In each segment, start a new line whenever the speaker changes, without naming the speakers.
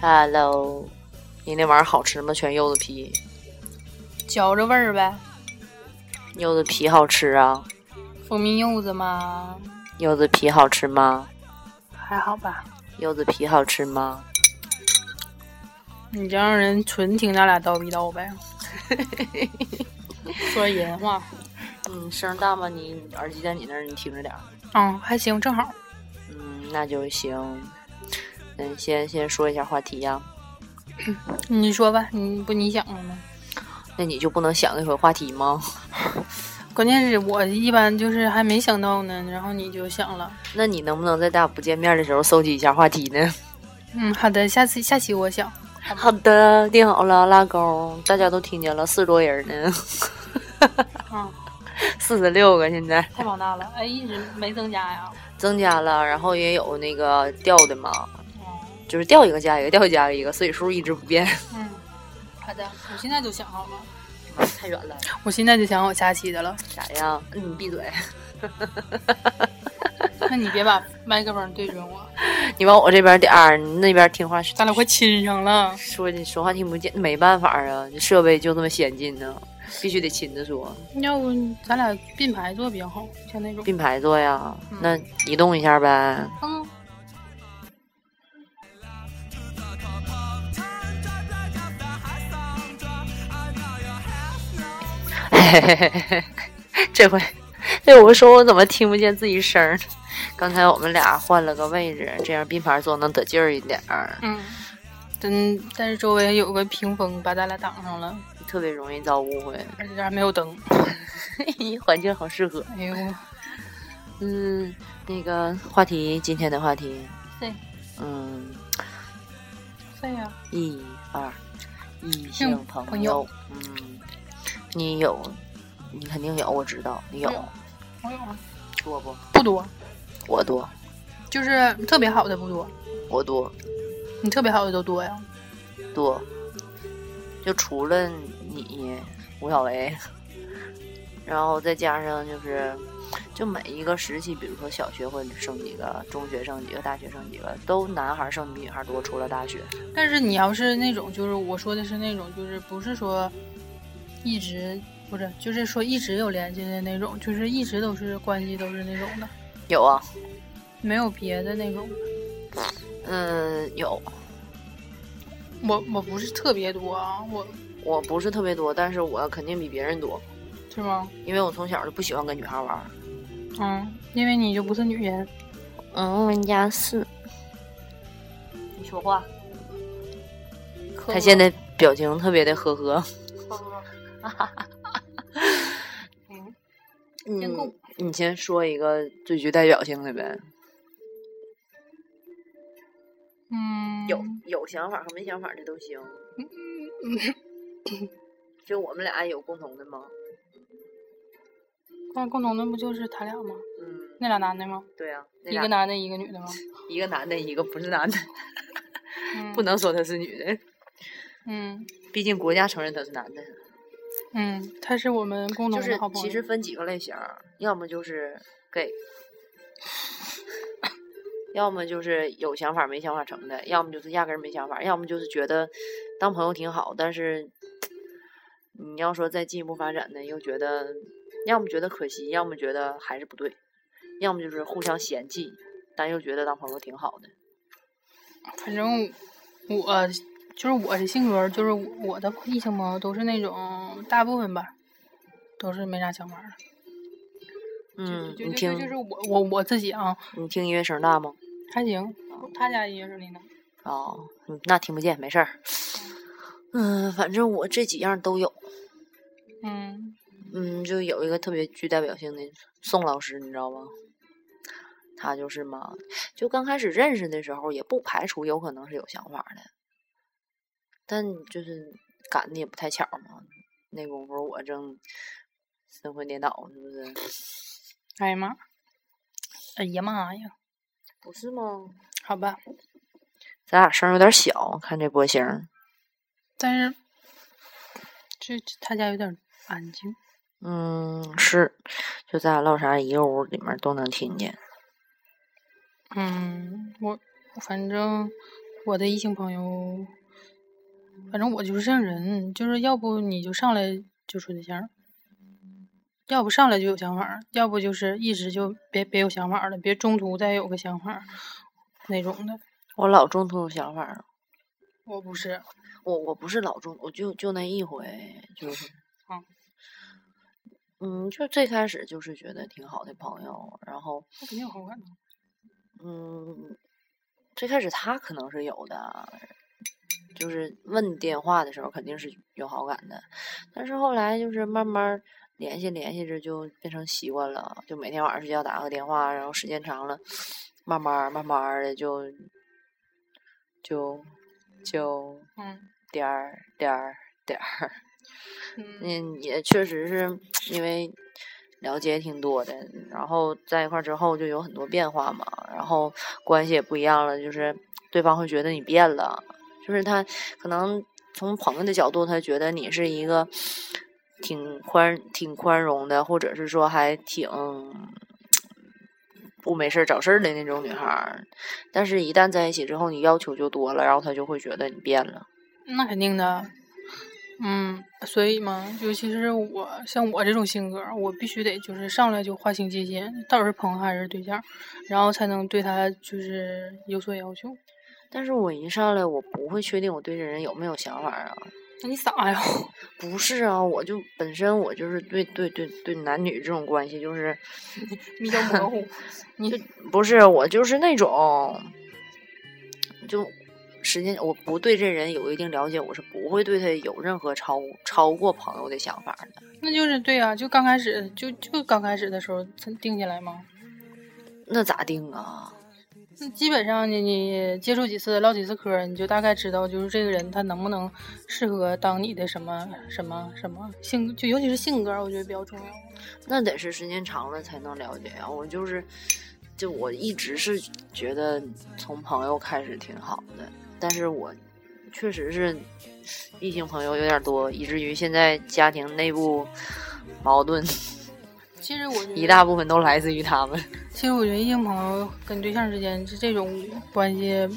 Hello，你那玩意儿好吃吗？全柚子皮，
嚼着味儿呗。
柚子皮好吃啊？
蜂蜜柚子嘛，
柚子皮好吃吗？
还好吧。
柚子皮好吃吗？
你这让人纯听咱俩叨逼叨 呗。说人话，
嗯，声大吗？你耳机在你那儿，你听着点儿。
嗯，还行，正好。
嗯，那就行。嗯，先先说一下话题啊呀、
你说吧，你嗯不你想的吗？
那你就不能想一回话题吗？
关键是我一般就是还没想到呢，然后你就想了。
那你能不能在咱俩不见面的时候搜集一下话题呢？
嗯，好的，下次下期我想。
好的，定好了，拉钩，大家都听见了，四十多人呢，
啊，
四十六个现在
太庞大了，哎，一直没增加呀。
增加了，然后也有那个掉的嘛，
嗯
就是掉一个加一个，掉一个加一个，所以数一直不变。
嗯，好的，我现在就想好了，
太远 了，
我现在就想好下期的了。
啥呀？嗯，闭嘴！
那你别把麦克风对准我，
你往我这边点儿，你那边听话。
咱俩快亲上了。
说你说话听不见，没办法啊，这设备就这么先进呢，必须得亲自说。
要不咱俩并排坐比较好，像那种。
并排坐呀，
嗯
那移动一下呗。
嗯，
嘿嘿嘿嘿嘿这回，这我说我怎么听不见自己声儿呢？刚才我们俩换了个位置，这样并排坐能得劲儿一点儿，
嗯，真，但是周围有个屏风把咱俩挡上了，
特别容易遭误会。
而且这还没有灯。
环境好适合。
哎呦，
嗯，那个话题，今天的话题，
对，
嗯，
对呀、
一二，异性朋
朋友，
嗯，你有，你肯定有，我知道你有
我有我有啊，
多不？
不多，
我多，
就是特别好的不多，
我多。
你特别好的都多呀。
多，就除了你吴小维， 然后再加上就是，就每一个时期，比如说小学会剩几个，中学剩几个，大学剩几个，都男孩儿剩比女孩儿多，除了大学。
但是你要是那种，就是我说的是那种，就是不是说一直不是，就是说一直有联系的那种，就是一直都是关系都是那种的，
有啊，
没有别的那种。
嗯，有，
我我不是特别多啊，我
我不是特别多，但是我肯定比别人多，
是吗？
因为我从小就不喜欢跟女孩玩儿。
嗯，因为你就不是女人。
嗯，人家是。你说话，
可
他现在表情特别的呵呵。
监控
嗯，你先说一个最具代表性的呗。
嗯
有有想法和没想法的都 行。就我们俩有共同的吗？
但是共同的不就是他俩吗？
嗯，
那俩男的吗？
对呀、那
一
俩
个男的，一个女 的吗？
一个男的，一个不是男的，
嗯
不。能说他是女的，
嗯
毕竟国家承认他是男的。
嗯，他是我们共
就
同
是
的好朋友。
其实分几个类型儿，要么就是 gay，要么就是有想法没想法成的，要么就是压根儿没想法，要么就是觉得当朋友挺好，但是你要说再进一步发展呢，又觉得要么觉得可惜，要么觉得还是不对，要么就是互相嫌弃，但又觉得当朋友挺好的。
反正我就是我的性格，就是我的异性朋友都是那种大部分吧，都是没啥想法儿的。
嗯，
就
你
就
听
就就是我我我自己啊，
你听音乐声大吗？
还行。他家也是那呢。
哦，嗯那听不见，没事儿。嗯，反正我这几样都有。
嗯，
嗯，就有一个特别具代表性的宋老师，你知道吗？他就是嘛，就刚开始认识的时候，也不排除有可能是有想法的，但就是赶的也不太巧嘛。那功夫我正神魂颠倒，是不是？
哎呀妈，哎呀妈呀，
不是吗？
好吧，
咱俩声儿有点小，看这波形儿。
但是这这他家有点安静。
嗯，是，就咱俩唠啥，一个屋里面都能听见。
嗯，我反正我的异性朋友，反正我就是这样人，就是要不你就上来就处对象，要不上来就有想法，要不就是一直就别别有想法了，别中途再有个想法那种的。
我老中途有想法了，
我不是，
我我不是老中，我就就那一回，就是，
嗯，
嗯，就最开始就是觉得挺好的朋友，然后
我肯定有好感的。
嗯，最开始他可能是有的，就是问电话的时候肯定是有好感的，但是后来就是慢慢儿联系联系着就变成习惯了，就每天晚上睡觉打个电话，然后时间长了，慢慢儿慢慢儿的就就就
嗯
点儿点儿点儿，
嗯
嗯，也确实是因为了解挺多的，然后在一块儿之后就有很多变化嘛，然后关系也不一样了，就是对方会觉得你变了，就是他可能从朋友的角度，他觉得你是一个挺宽、挺宽容的，或者是说还挺。不没事儿找事儿的那种女孩儿，但是一旦在一起之后，你要求就多了，然后他就会觉得你变了。
那肯定的。嗯，所以嘛，尤其是我像我这种性格，我必须得就是上来就划清界限，到底是朋友还是对象，然后才能对他就是有所要求。
但是我一上来，我不会确定我对这人有没有想法儿啊。
那你傻呀？
不是啊，我就本身我就是对对对对男女这种关系就是
比较模糊。你
不是我就是那种，就时间我不对这人有一定了解，我是不会对他有任何超超过朋友的想法的。
那就是对呀、就刚开始就就刚开始的时候才定下来嘛。
那咋定啊？
那基本上你你接触几次唠几次嗑儿，你就大概知道就是这个人他能不能适合当你的什么什么什么性，就尤其是性格儿，我觉得比较重要。
那得是时间长了才能了解啊。我就是，就我一直是觉得从朋友开始挺好的，但是我确实是异性朋友有点多，以至于现在家庭内部矛盾
其实我觉得
一大部分都来自于他们。
其实我觉得异性朋友跟对象之间这这种关系，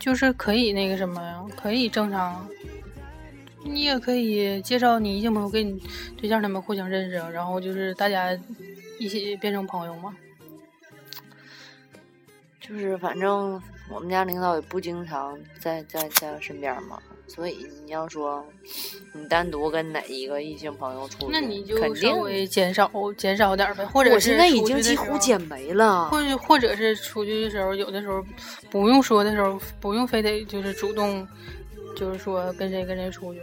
就是可以那个什么呀，可以正常。你也可以介绍你异性朋友给你对象他们互相认识，然后就是大家一起变成朋友嘛。
就是反正我们家领导也不经常在在在身边嘛，所以你要说你单独跟哪一个异性朋友处去，
那你就
肯
稍
定。
微减少减少点儿呗，或者
我
是
现在已
出去
经
的
几
时
乎
候
减没了。
或者或者是出去的时候，有的时候不用说的时候，不用非得就是主动，就是说跟谁跟谁出去，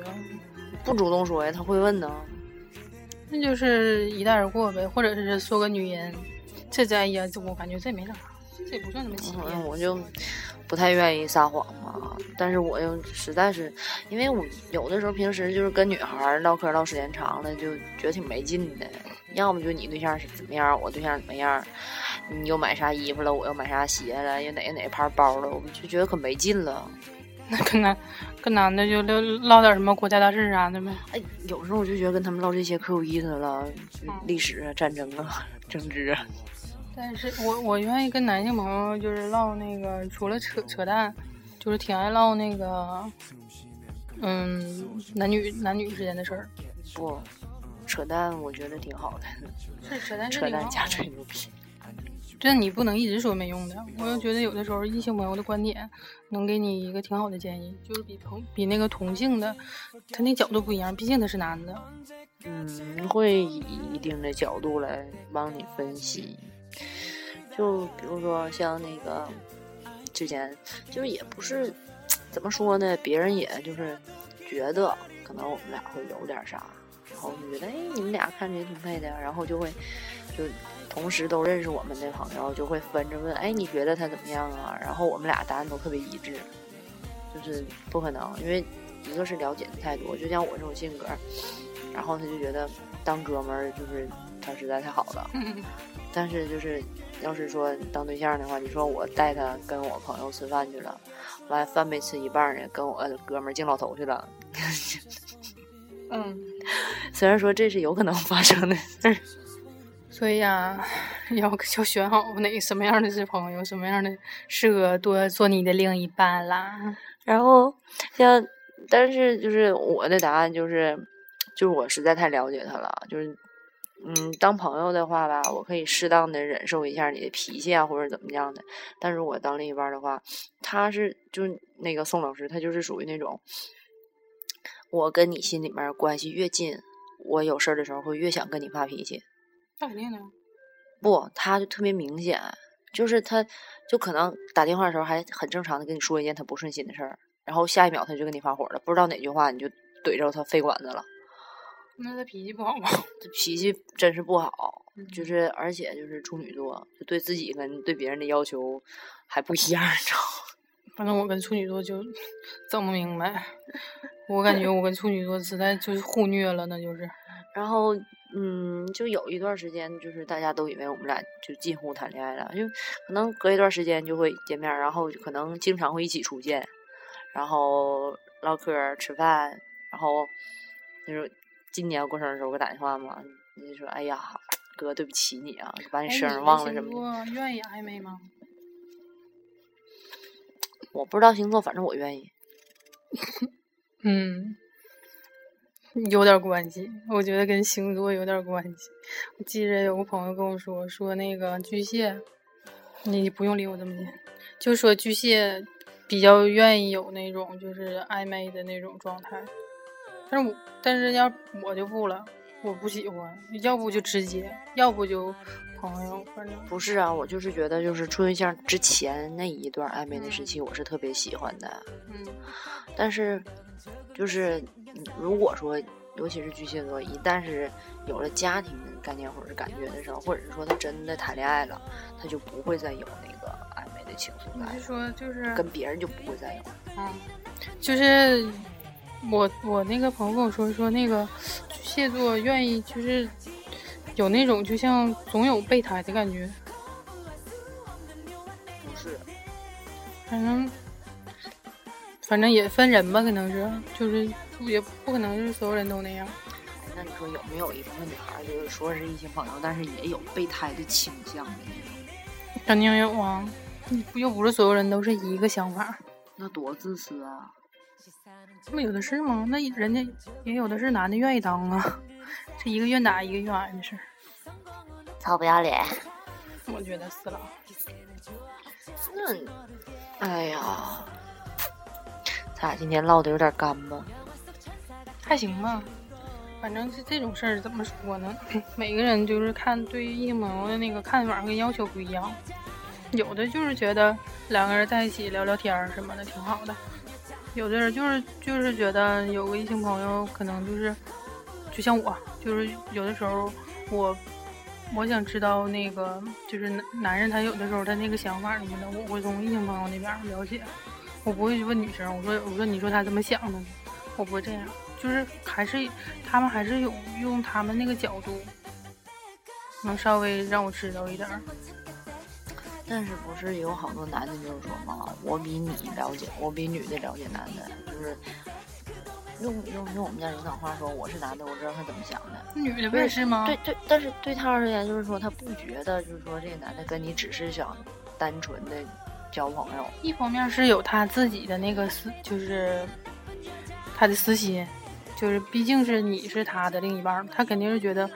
不主动说呀，他会问呢。
那就是一带而过呗，或者是说个女人，这咱也我感觉这没啥，这也不算那么起
嗯，
眼。
我就不太愿意撒谎嘛，但是我又实在是，因为我有的时候平时就是跟女孩儿唠嗑唠时间长了，就觉得挺没劲的。要么就你对象是怎么样，我对象怎么样，你又买啥衣服了，我又买啥鞋了，又哪个哪个牌儿包了，我就觉得可没劲了。
那 跟男跟男的就唠唠点什么国家大事啥的呗。
哎，有时候我就觉得跟他们唠这些可有意思了，就
嗯
历史啊、战争啊、 政治啊。
但是我我愿意跟男性朋友就是唠那个，除了扯扯淡，就是挺爱唠那个，嗯，男女男女之间的事儿。
不，扯淡，我觉得挺好的，
是扯淡是
扯
挺
淡
好
加
的
吹牛逼。
但你不能一直说没用的。我又觉得有的时候异性朋友的观点能给你一个挺好的建议，就是比同比那个同性的，他那角度不一样，毕竟他是男的。
嗯，会以一定的角度来帮你分析。就比如说像那个之前，就是也不是怎么说呢，别人也就是觉得可能我们俩会有点啥，然后就觉得哎，你们俩看着也挺配的呀，然后就会就同时都认识我们的朋友就会分着问，哎，你觉得他怎么样啊？然后我们俩答案都特别一致，就是不可能，因为一个是了解的太多，就像我这种性格，然后他就觉得当哥们儿就是他实在太好了。
嗯，
但是就是，要是说当对象的话，你说我带他跟我朋友吃饭去了，完饭没吃一半儿呢，跟我呃哥们儿敬老头去了。
嗯
虽然说这是有可能发生的事儿，
所以呀、 要要选好哪个什么样的是朋友，什么样的适合多做你的另一半啦。
然后像，但是就是我的答案就是，就是我实在太了解他了，就是，嗯，当朋友的话吧，我可以适当的忍受一下你的脾气啊，或者怎么样的。但如果当另一半的话，他是就是那个宋老师，他就是属于那种，我跟你心里面关系越近，我有事儿的时候会越想跟你发脾气。
那肯定的，
不，他就特别明显，就是他就可能打电话的时候还很正常的跟你说一件他不顺心的事儿，然后下一秒他就跟你发火了，不知道哪句话你就怼着他肺管子了，
那他脾气不好吗？
这脾气真是不好，
嗯
就是是而且就是处女座，就对自己跟对别人的要求还不一样， 你知道吗？
反正我跟处女座就整不明白，我感觉我跟处女座实在就是互虐了，那就是。
然后嗯，就有一段时间就是大家都以为我们俩就近乎谈恋爱了，就可能隔一段时间就会见面儿，然后就可能经常会一起出现，然后唠嗑儿、吃饭，然后就是今年过生日的时候给我打电话嘛，就说哎呀，哥对不起你啊，把你
哎
生日
的
忘了
星
什么的。
座愿意暧昧吗？
我不知道星座，反正我愿意。
嗯，有点关系，我觉得跟星座有点关系。我记着有个朋友跟我说，说那个巨蟹，你不用离我这么近，就说巨蟹比较愿意有那种就是暧昧的那种状态，但是我但是要我就不了，我不喜欢，要不就直接，要不就朋友，反正
不是啊，我就是觉得就是处对象之前那一段暧昧的时期，我是特别喜欢的。
嗯，
但是，就是嗯如果说，尤其是巨蟹座，一旦是有了家庭概念或者是感觉的时候，或者是说他真的谈恋爱了，他就不会再有那个暧昧的情愫
你
在
是
了，
说就是
跟别人就不会再有了。
嗯，就是我我那个朋友跟我说说那个巨蟹座愿意就是有那种就像总有备胎的感觉，
不是，
反正反正也分人吧，可能是就是不也不可能是所有人都那样。
哎那你说有没有一部分女孩儿就是说是异性朋友，但是也有备胎的倾向的那种？
肯定有啊，你不又不是所有人都是一个想法，
那多自私啊！
那有的是吗？那人家也有的是男的愿意当啊， 这一个愿打一个愿挨的事儿，
操不要脸！
我觉得是了。
那，哎呀，咱俩今天唠的有点干吧？
还行吧，反正是这种事儿怎么说呢？ 每个人就是看对异性朋友的那个看法跟要求不一样，有的就是觉得两个人在一起聊聊天儿什么的挺好的，有的人就是就是觉得有个异性朋友可能就是，就像我，就是有的时候我我想知道那个就是男男人他有的时候他那个想法什么的，我会从异性朋友那边儿了解，我不会去问女生，我说我说你说他怎么想的呢？我不会这样，就是还是他们还是有用他们那个角度，能稍微让我知道一点儿。
但是不是有好多男的就是说嘛，我比你了解，我比女的了解男的，就是用用用我们家领导话说，我是男的，我知道他怎么想的。
女的不也是吗？
对，对，但是对他而言，就是说他不觉得，就是说这个男的跟你只是想单纯的交朋友，
一方面是有他自己的那个私，就是他的私心，就是毕竟是你是他的另一半儿，他肯定是觉得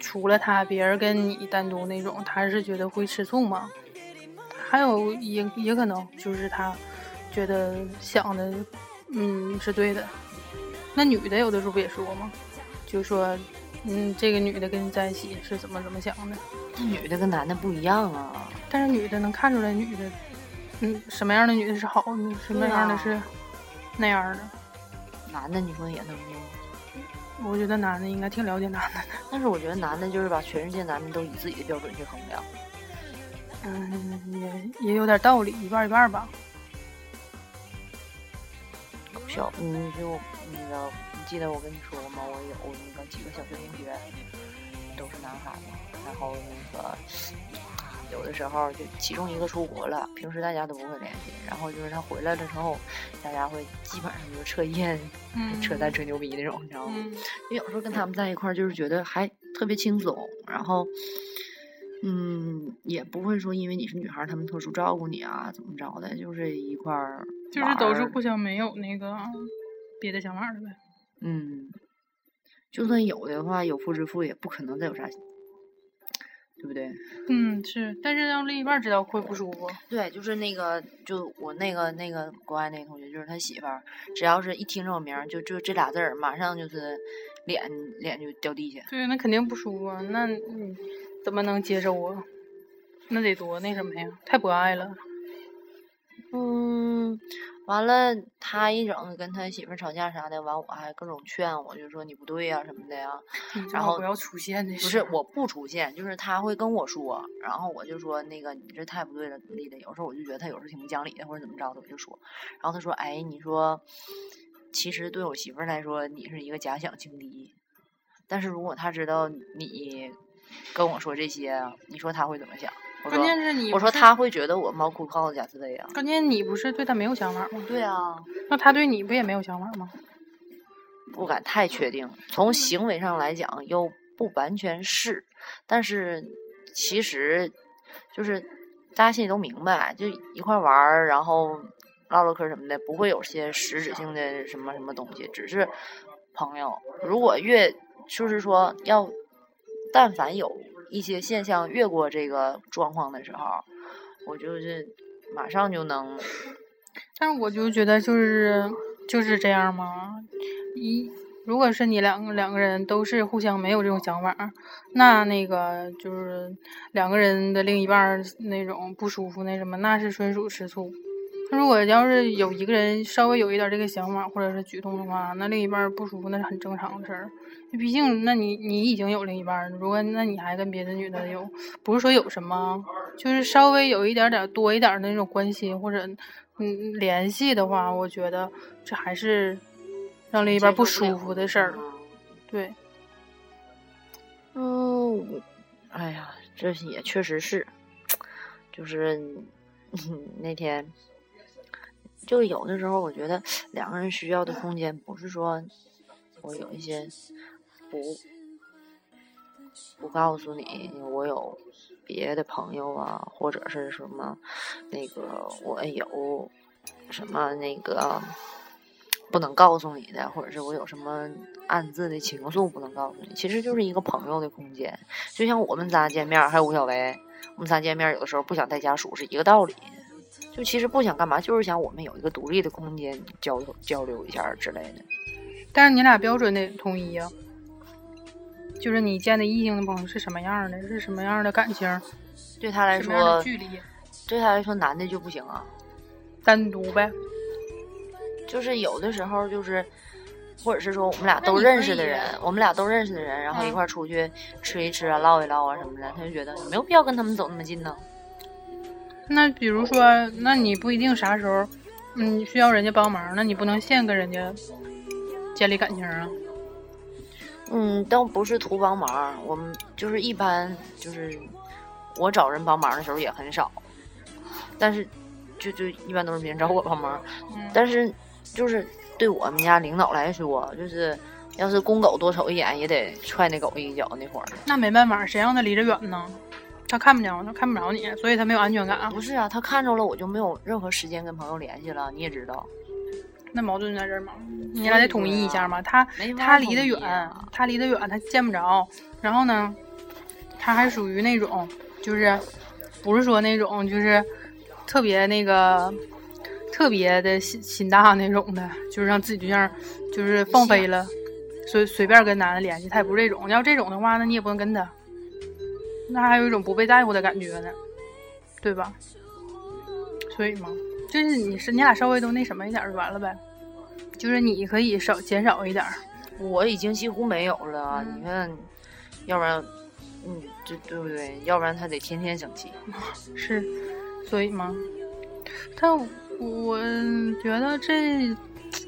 除了他，别人跟你单独那种，他是觉得会吃醋嘛。还有也也可能就是他觉得想的，嗯，是对的。那女的有的时候不也说吗？就说，嗯，这个女的跟你在一起是怎么怎么想的。
那女的跟男的不一样啊。
但是女的能看出来，女的，嗯，什么样的女的是好的，什么样的
对
是那样的。
男的你说也能吗？
我觉得男的应该挺了解男的，
但是我觉得男的就是把全世界男的都以自己的标准去衡量。
嗯，也也有点道理，一半儿一半儿吧。
小，嗯，就那个，你记得我跟你说过吗？我有我那个几个小学同学都是男孩嘛，然后那个有的时候就其中一个出国了，平时大家都不会联系，然后就是他回来了之后，大家会基本上就彻夜
嗯，
扯淡吹牛逼那种，你知道吗？
嗯，
因为有时候跟他们在一块儿，就是觉得还特别轻松，然后嗯，也不会说因为你是女孩儿，他们特殊照顾你啊，怎么着的，就是一块儿
就是都是
玩儿
互相没有那个别的想法了呗。
嗯，就算有的话，有妇之夫也不可能再有啥，对不对？
嗯，是，但是让另一半知道会不舒服。
对，就是那个，就我那个那个国外那个同学，就是他媳妇儿，只要是一听这我名儿，就就这俩字儿，马上就是脸脸就掉地下。
对，那肯定不舒服啊，那你怎么能接受啊？那得多那什么呀？太博爱了。
嗯，完了，他一整跟他媳妇儿吵架啥的，完我还各种劝我，就说你不对呀、什么的呀、
你最
然
好
后
嗯不要出现这
不是
事儿，
我不出现，就是他会跟我说，然后我就说那个你这太不对了，怎么地的？有时候我就觉得他有时候挺不讲理的，或者怎么着的，我就说。然后他说：“哎，你说，其实对我媳妇儿来说，你是一个假想情敌，但是如果他知道你跟我说这些，啊你说他会怎么想？”我
关
说
键是你：“
我
不
说
是，
他会觉得我猫哭耗子假自卑啊。
关键你不是哦对他没有想法吗”？
对啊，
那他对你不也没有想法吗？
不敢太确定，从行为上来讲又不完全是，但是其实就是大家心里都明白，就一块玩儿，然后唠唠嗑什么的，不会有些实质性的什么什么东西，只是朋友。如果越就是说要，但凡有一些现象越过这个状况的时候，我就是马上就能
但是我就觉得就是就是这样嘛。一如果是你两个两个人都是互相没有这种想法儿，那那个就是两个人的另一半儿那种不舒服那什么，那是纯属吃醋。如果要是有一个人稍微有一点这个想法或者是举动的话，那另一半儿不舒服那是很正常的事儿。毕竟，那你你已经有另一半儿了，如果那你还跟别的女的有，不是说有什么，就是稍微有一点点儿多一点儿的那种关心或者嗯联系的话，我觉得这还是让另一半儿不舒服的事儿。对，
嗯，我哎呀，这也确实是，就是、嗯那天，就有的时候我觉得两个人需要的空间，不是说我有一些不不告诉你我有别的朋友啊，或者是什么那个我哎有什么那个。不能告诉你的，或者是我有什么暗自的情愫不能告诉你，其实就是一个朋友的空间。就像我们仨见面儿，还有吴小维，我们仨见面儿有的时候不想带家属是一个道理。就其实不想干嘛，就是想我们有一个独立的空间交交流一下儿之类的。
但是你俩标准得统一呀、就是你见的异性的朋友是什么样儿的，是什么样儿的感情，
对他来
什么样儿
说
的，距离，
对他来说男的就不行啊。
单独呗。
就是有的时候就是，或者是说我们俩
那
都
你
认
可
识的
以
人，我们俩都认识的人，然后一
嗯
块儿出去吃一吃啊、唠一唠啊什么的，他就觉得没有必要跟他们走那么近呢。
那比如说，那你不一定啥时候，嗯，需要人家帮忙，那你不能现跟人家建立感情啊。
嗯，倒不是图帮忙，我们就是一般就是我找人帮忙的时候也很少，但是就就一般都是别人找我帮忙，
嗯，
但是就是对我们家领导来说，就是要是公狗多瞅一眼也得踹那狗一脚那会儿。
那没办法，谁让他离着远呢？他看不着，他看不着你，所以他没有安全感啊。
不是啊，他看着了我就没有任何时间跟朋友联系了，你也知道，
那矛盾在这儿嘛，你俩得统一一下嘛。他
没法
他离得
统一
远
啊，
他离得远，他见不着。然后呢，他还属于那种，就是不是说那种，就是特别那个特别的心心大那种的，就是让自己对象就是放飞了，随随便跟男的联系。他也不是这种，要这种的话，那你也不能跟他，那还有一种不被在乎的感觉呢，对吧？所以嘛，就是你是你俩稍微都那什么一点儿就完了呗，就是你可以少减少一点儿。
我已经几乎没有了。
嗯
你看，要不然，嗯，对对不对？要不然他得天天生气。
是，所以嘛，但我觉得这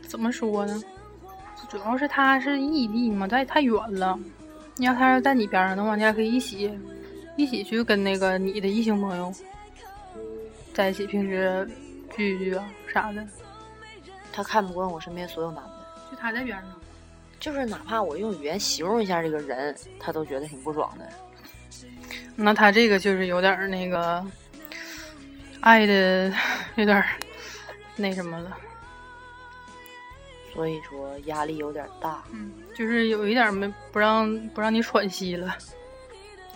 怎么说呢？主要是他是异地嘛，在太远了。你要他要在你边上的话，你俩可以一起一起去跟那个你的异性朋友在一起，平时聚一聚啊啥的。
他看不惯我身边所有男的，
就他在边上，
就是哪怕我用语言形容一下这个人，他都觉得挺不爽的。
那他这个就是有点儿那个爱的有点儿那什么了，
所以说压力有点大，
嗯，就是有一点儿没不让不让你喘息了，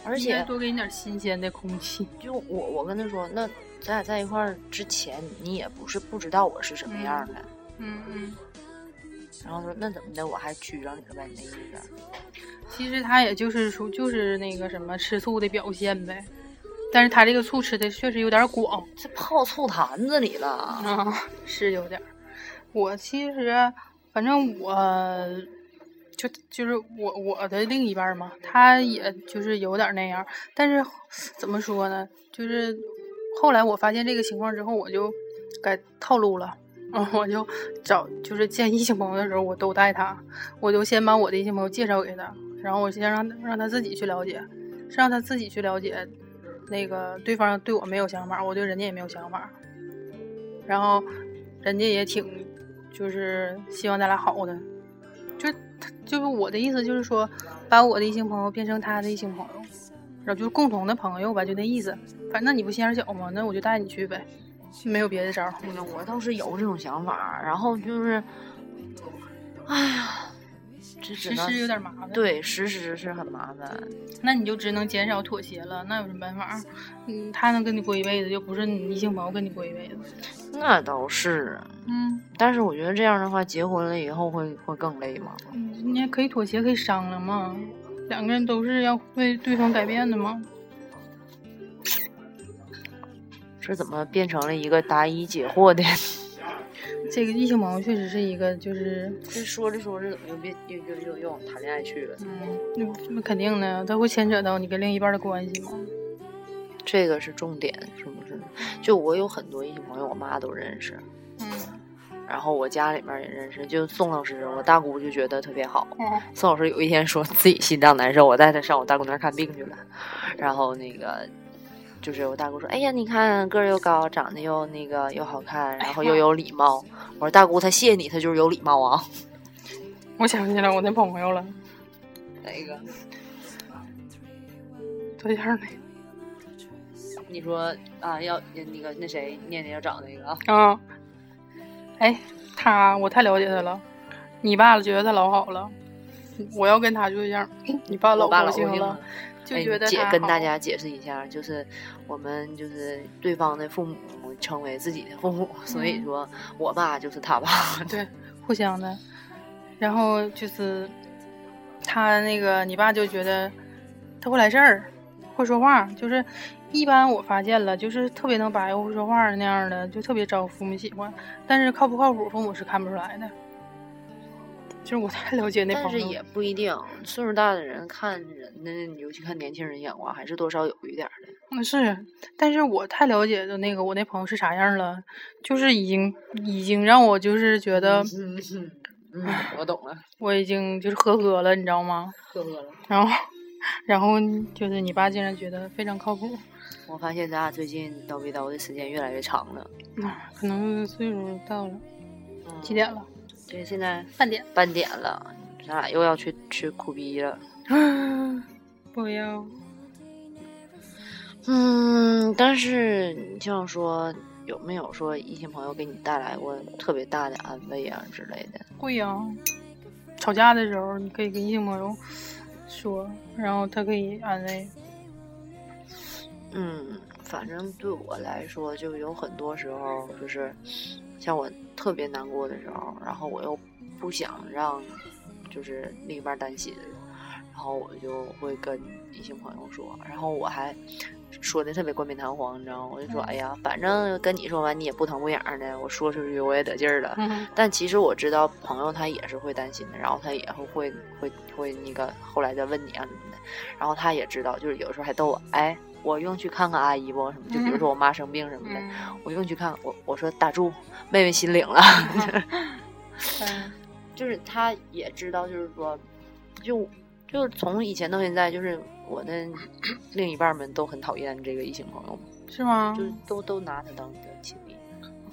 而
应该
且
多给你点儿新鲜的空气。
就我我跟他说，那咱俩在一块儿之前，你也不是不知道我是什么样儿的。
嗯嗯，
然后说那怎么的，我还娶上你了呗？你的意思？啊
其实他也就是说就是那个什么吃醋的表现呗，但是他这个醋吃的确实有点儿广。
这泡醋坛子里了，
啊， 是有点儿。我其实，反正我就就是我我的另一半儿嘛，他也就是有点儿那样儿，但是怎么说呢？就是后来我发现这个情况之后，我就改套路了。嗯，我就找就是见异性朋友的时候，我都带他，我就先把我的异性朋友介绍给他，然后我先让他让他自己去了解，是让他自己去了解，那个对方对我没有想法，我对人家也没有想法，然后人家也挺就是希望咱俩好的，就他就是我的意思就是说，把我的异性朋友变成他的异性朋友，然后就是共同的朋友吧，就那意思。反正你不心眼儿小嘛，那我就带你去呗，没有别的招儿。
那我倒是有这种想法，然后就是，哎呀，这只
实
能
施有点麻烦，，
对实施是很麻烦。
那你就只能减少妥协了，那有什么办法？嗯，他能跟你过一辈子，又不是你异性朋友跟你过一辈子。
那倒是，
嗯，
但是我觉得这样的话，结婚了以后会会更累嘛。
嗯你也可以妥协，可以商量嘛，两个人都是要为对方改变的嘛。
这怎么变成了一个答疑解惑 的？
这个异性朋友确实是一个，就是，
这说着说着，怎么又变又又又又往谈恋爱去了？
嗯，那那肯定的，它会牵扯到你跟另一半的关系嘛。
这个是重点，是不是？就我有很多异性朋友，我妈都认识，
嗯，
然后我家里面也认识。就宋老师，我大姑就觉得特别好。
哦
宋老师有一天说自己心脏难受，我带他上我大姑那儿看病去了。然后那个就是我大姑说：“哎呀，你看个儿又高，长得又那个又好看，然后又有礼貌。”我说：“大姑，他谢你，他就是有礼貌啊。
我想起来我那朋友了，”
哪个？
对象儿那
你说啊，要那个那谁念念要找那个啊？
个啊，哎，他我太了解他了，你爸觉得他老好了，我要跟他处对象，你爸
嗯我爸
高
老高
兴
兴
了
了，。
就
哎
觉得
解
他
跟
好
大家解释一下，就是我们就是对方的父母称为自己的父母，所以
嗯
说我爸就是他爸。
对，互相的。然后就是他那个你爸就觉得他会来事儿，会说话，就是一般我发现了，就是特别能白活、会说话那样的，就特别招父母喜欢。但是靠不靠谱，父母是看不出来的。就是我太了解那
但
朋
是
友
也
了，
不一定，岁数大的人看人的，尤其看年轻人眼光，还是多少有一点儿的。
嗯是，但是我太了解的那个我那朋友是啥样了，就是已经已经让我就是觉得
嗯嗯 嗯，我懂了，
我已经就是合格了，你知道吗？
呵呵了。
然后，然后就是你爸竟然觉得非常靠谱，
我发现咱俩最近叨逼叨的时间越来越长了。
啊，可能岁数到了，
嗯
几？点了？
对，现在
半点。
半点了，咱俩又要去吃苦逼了。
不要，
嗯，但是你像说有没有说异性朋友给你带来过特别大的安慰啊之类的？
会呀、吵架的时候，你可以跟异性朋友说，然后他可以安慰。
嗯，反正对我来说，就有很多时候就是，像我特别难过的时候，然后我又不想让就是另一半担心，然后我就会跟异性朋友说，然后我还说的特别冠冕堂皇，你知道吗？我就说，哎呀，反正跟你说完你也不疼不痒的，我说出去我也得劲儿了。
嗯，
但其实我知道朋友他也是会担心的，然后他也会会会会那个后来再问你啊什么的，然后他也知道，就是有时候还逗我，哎，我用去看看阿姨不什么，就比如说我妈生病什么的，
嗯
我用去看，我我说打住，妹妹心领了，
嗯
就是他也知道，就是说，就就是从以前到现在，就是我的另一半们都很讨厌这个异性朋友嘛，
是吗
就？是都都拿他当个情敌。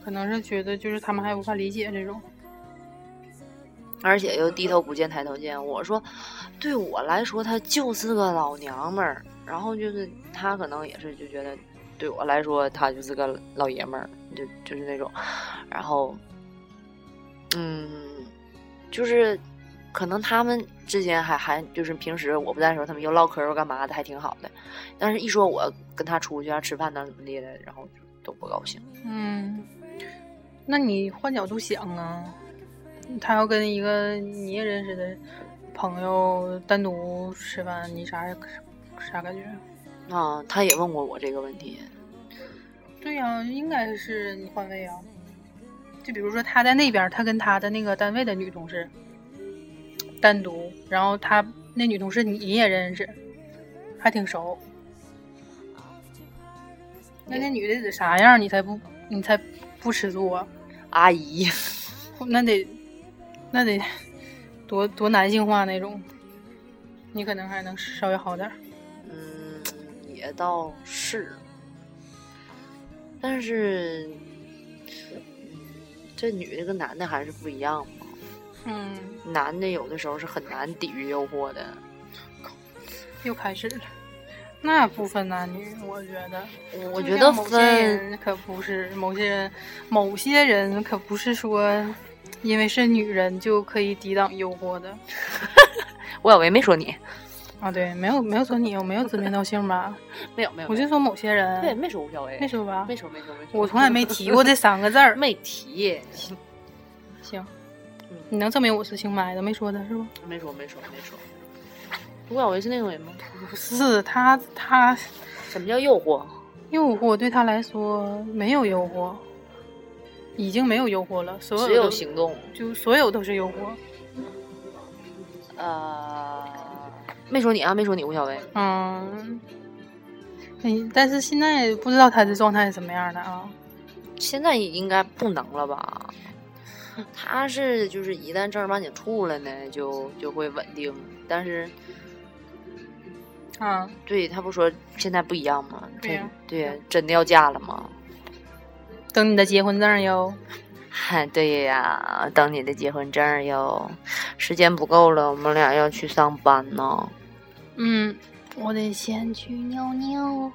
可能是觉得就是他们还无法理解这种。
而且又低头不见抬头见。我说，对我来说，她就是个老娘们儿，然后就是他可能也是就觉得对我来说他就是个老爷们儿，就就是那种，然后，嗯，就是可能他们之间还还就是平时我不在的时候，他们又唠嗑儿又干嘛的，还挺好的，但是一说我跟他出去啊吃饭呐怎么的的，然后就都不高兴。
嗯，那你换角度想啊，他要跟一个你也认识的朋友单独吃饭，你啥啥感觉？
啊，他也问过我这个问题，
对呀、应该是你换位啊。就比如说他在那边，他跟他的那个单位的女同事单独，然后他那女同事你也认识，还挺熟。那那女的得啥样，你才不你才不吃醋啊？
阿姨，
那得那得多多男性化那种，你可能还能稍微好点儿。
嗯，也倒是，但是嗯这女的跟男的还是不一样嘛。
嗯，
男的有的时候是很难抵御诱惑的。
又开始了。那不分男女，我觉得，
我我
就
觉
像
得
某些
分，
人可不是某些人，某些人可不是说因为是女人就可以抵挡诱惑的
我小维没说你，
啊。对，没有没有说你，我没有指名道姓吧，
没有没有，
我就说某些
对
人，
没说吴小维，
没说吧
没，说没说没说，
我从来没提过这三个字儿。
没提，
行
嗯，
你能证明我是清白的，没说的是吧？
没说没说没说。吴小维是那种人吗？
不是，他他
什么叫诱惑？
诱惑对他来说没有诱惑，已经没有诱惑了，所有
只有
都
行动。
就所有都是诱惑。
呃，没说你啊，没说你吴小维。
嗯，嗯，但是现在不知道他的状态是什么样的啊。
现在应该不能了吧？他是就是一旦正儿八经处了呢，就就会稳定。但是
啊，
对他不说现在不一样吗？
对呀
对呀真的要嫁了吗？
等你的结婚证哟。
嗨，对呀，等你的结婚证儿哟，时间不够了，我们俩要去上班呢。
嗯，我得先去尿尿。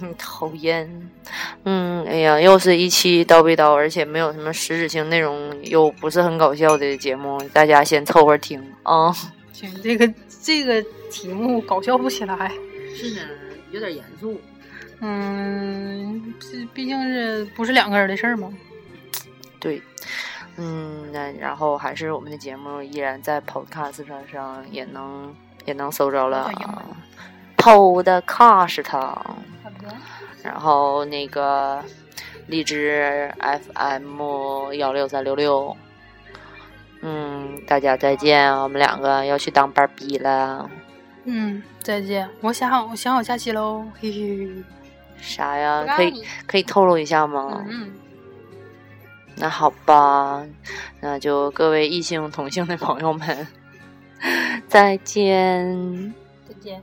嗯，讨厌。嗯，哎呀，又是一期叨逼叨，而且没有什么实质性内容，又不是很搞笑的节目，大家先凑合听啊。
行，这个这个题目搞笑不起来。
是呢，有点严肃。
嗯，这毕竟是不是两个人的事儿嘛。
对，嗯，那然后还是我们的节目依然在 Podcast 上上也能也能搜着了啊
叫英文
Podcast，
好的。
然后那个荔枝 FM 幺六三六六，嗯，大家再见，我们两个要去当班儿逼了，
嗯，再见。我想好，我想好假期喽。嘿嘿嘿。
啥呀
不？告
可
你
以可以透露一下吗？
嗯，
那好吧，那就各位异性 同性的朋友们，再见。
再见。